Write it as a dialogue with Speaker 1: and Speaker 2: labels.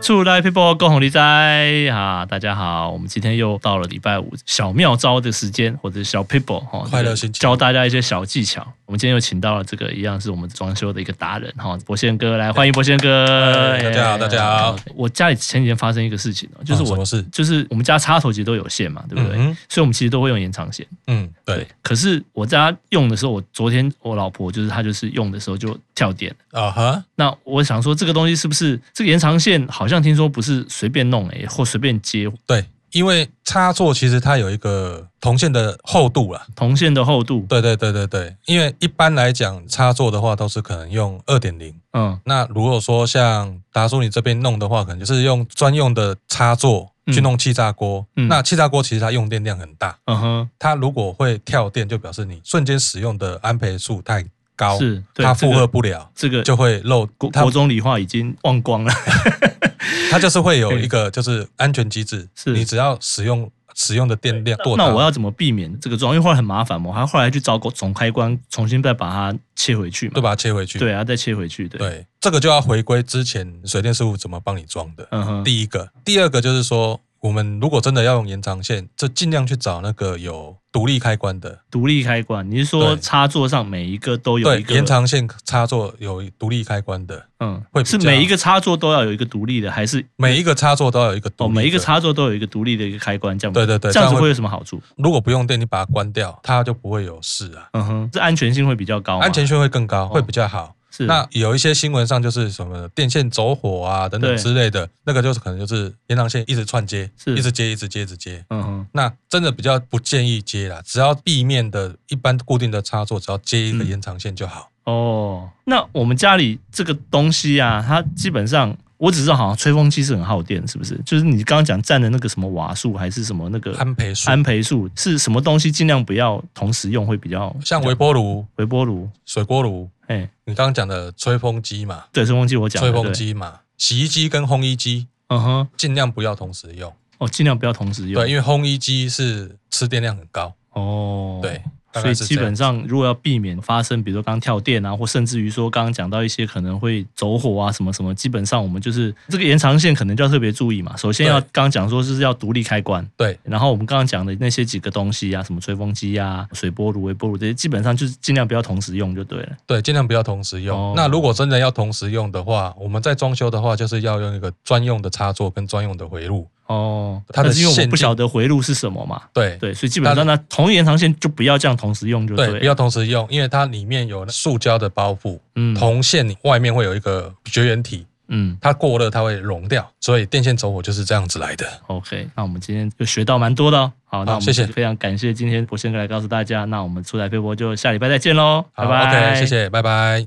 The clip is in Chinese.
Speaker 1: 出来 people 共同理哉啊！大家好，我们今天又到了礼拜五小妙招的时间，或者是小 people 哈、
Speaker 2: 快乐
Speaker 1: 这个
Speaker 2: 星期
Speaker 1: 教大家一些小技巧。我们今天又请到了这个一样是我们装修的一个达人哈，博宪哥来欢迎博宪哥
Speaker 2: 哎。大家好大家好。
Speaker 1: 我家里前几天发生一个事情哦，就是
Speaker 2: 啊什
Speaker 1: 我
Speaker 2: 么事？
Speaker 1: 就是我们家插头其实都有线嘛，对不对？
Speaker 2: 嗯哼
Speaker 1: 所以我们其实都会用延长线。
Speaker 2: 嗯，对，
Speaker 1: 可是我家用的时候，我昨天我老婆就是她就是用的时候就跳电了。
Speaker 2: 啊哈，
Speaker 1: 那我想说，这个东西是不是这个延长线？好像听说不是随便弄诶、或随便接
Speaker 2: 对，因为插座其实它有一个铜线的厚度啦。
Speaker 1: 铜线的厚度。
Speaker 2: 对对对对对，因为一般来讲插座的话都是可能用二点零。
Speaker 1: 嗯
Speaker 2: 那如果说像达叔你这边弄的话，可能就是用专用的插座去弄气炸锅。
Speaker 1: 嗯
Speaker 2: 那气炸锅其实它用电量很大，
Speaker 1: 嗯哼，
Speaker 2: 它如果会跳电，就表示你瞬间使用的安培数太高，
Speaker 1: 是对
Speaker 2: 它
Speaker 1: 这
Speaker 2: 负
Speaker 1: 个
Speaker 2: 荷不了，
Speaker 1: 这个
Speaker 2: 就会漏。
Speaker 1: 国
Speaker 2: 它
Speaker 1: 国中理化已经忘光了。
Speaker 2: 它就是会有一个就是安全机制，
Speaker 1: 是
Speaker 2: 你只要使用使用的电量多
Speaker 1: 那
Speaker 2: 大，
Speaker 1: 我要怎么避免这个装？因为后来很麻烦嘛，我还后来去找总总开关重新再把它切回去嘛，
Speaker 2: 对？把它切回去。
Speaker 1: 对啊，再切回去，对，
Speaker 2: 对这个就要回归之前水电师傅怎么帮你装的。
Speaker 1: 嗯哼，
Speaker 2: 第一个，第二个就是说，我们如果真的要用延长线，就尽量去找那个有独立开关的，
Speaker 1: 独立开关，你是说
Speaker 2: 对
Speaker 1: 插座上每一个都有
Speaker 2: 对
Speaker 1: 一，个
Speaker 2: 延？长线插座有独立开关的，
Speaker 1: 嗯
Speaker 2: 会，比
Speaker 1: 是
Speaker 2: 较
Speaker 1: 每一个插座都要有一个独立的，还是
Speaker 2: 每一个插座都要有一个独
Speaker 1: 哦
Speaker 2: 立的
Speaker 1: 每一个。插座都有一个独立的一个开关？这样
Speaker 2: 对对对，
Speaker 1: 这样子
Speaker 2: 会
Speaker 1: 会有什么好处？
Speaker 2: 如果不用电，你把它关掉，它就不会有事啊，
Speaker 1: 嗯哼，这安全性会比较高吗，
Speaker 2: 安全性会更
Speaker 1: 哦
Speaker 2: 高，会比较好。
Speaker 1: 是
Speaker 2: 那有一些新闻上就是什么电线走火啊等等
Speaker 1: 对
Speaker 2: 之类的，那个就是可能就是延长线一直串接，
Speaker 1: 是
Speaker 2: 一直接一直接一直接。
Speaker 1: 嗯哼，
Speaker 2: 那真的比较不建议接啦，只要地面的一般固定的插座，只要接一个
Speaker 1: 嗯
Speaker 2: 延长线就好。
Speaker 1: 哦，那我们家里这个东西啊，它基本上我只知道好像吹风机是很耗电，是不是？就是你刚刚讲占的那个什么瓦数还是什么那个
Speaker 2: 安培数，
Speaker 1: 安培数是什么东西，尽量不要同时用会比较
Speaker 2: 像微波炉、
Speaker 1: 微波炉，
Speaker 2: 水锅炉，
Speaker 1: 哎、
Speaker 2: 你刚刚讲的吹风机嘛，
Speaker 1: 对，吹风机我讲的
Speaker 2: 吹风，
Speaker 1: 对
Speaker 2: 机嘛，洗衣机跟烘衣机
Speaker 1: 嗯哼，
Speaker 2: 尽量不要同时用，
Speaker 1: 哦，尽量不要同时用，
Speaker 2: 对，因为烘衣机是吃电量很高，
Speaker 1: 哦，
Speaker 2: 对。，大
Speaker 1: 所
Speaker 2: 概
Speaker 1: 以
Speaker 2: 是
Speaker 1: 基
Speaker 2: 这样
Speaker 1: 本上，如果要避免发生，比如说刚刚跳电啊，或甚至于说刚刚讲到一些可能会走火啊什么什么，基本上我们就是这个延长线可能就要特别注意嘛。首先要
Speaker 2: 对
Speaker 1: 刚刚讲说就是要独立开关，
Speaker 2: 对
Speaker 1: 然后我们刚刚讲的那些几个东西啊，什么吹风机啊、水波炉、微波炉这些，基本上就是尽量不要同时用就对了。
Speaker 2: 对，尽量不要同时用。
Speaker 1: 哦
Speaker 2: 那如果真的要同时用的话，我们在装修的话，就是要用一个专用的插座跟专用的回路。
Speaker 1: 哦，
Speaker 2: 它的
Speaker 1: 但是因为我们
Speaker 2: 线
Speaker 1: 不晓得回路是什么嘛，
Speaker 2: 对
Speaker 1: 对，所以基本上呢，同一个延长线就不要这样同时用就
Speaker 2: 对
Speaker 1: 了。
Speaker 2: 不要同时用，因为它里面有塑胶的包覆，
Speaker 1: 嗯
Speaker 2: 铜线外面会有一个绝缘体，
Speaker 1: 嗯
Speaker 2: 它过热它会融掉，所以电线走火就是这样子来的。
Speaker 1: OK，那我们今天就学到蛮多的、哦。好，那我
Speaker 2: 好
Speaker 1: 们
Speaker 2: 谢谢
Speaker 1: 非常感谢今天博宪哥来告诉大家，那我们出来飞博就下礼拜再见喽，拜
Speaker 2: 好
Speaker 1: 拜。
Speaker 2: ，OK，谢。谢，拜拜。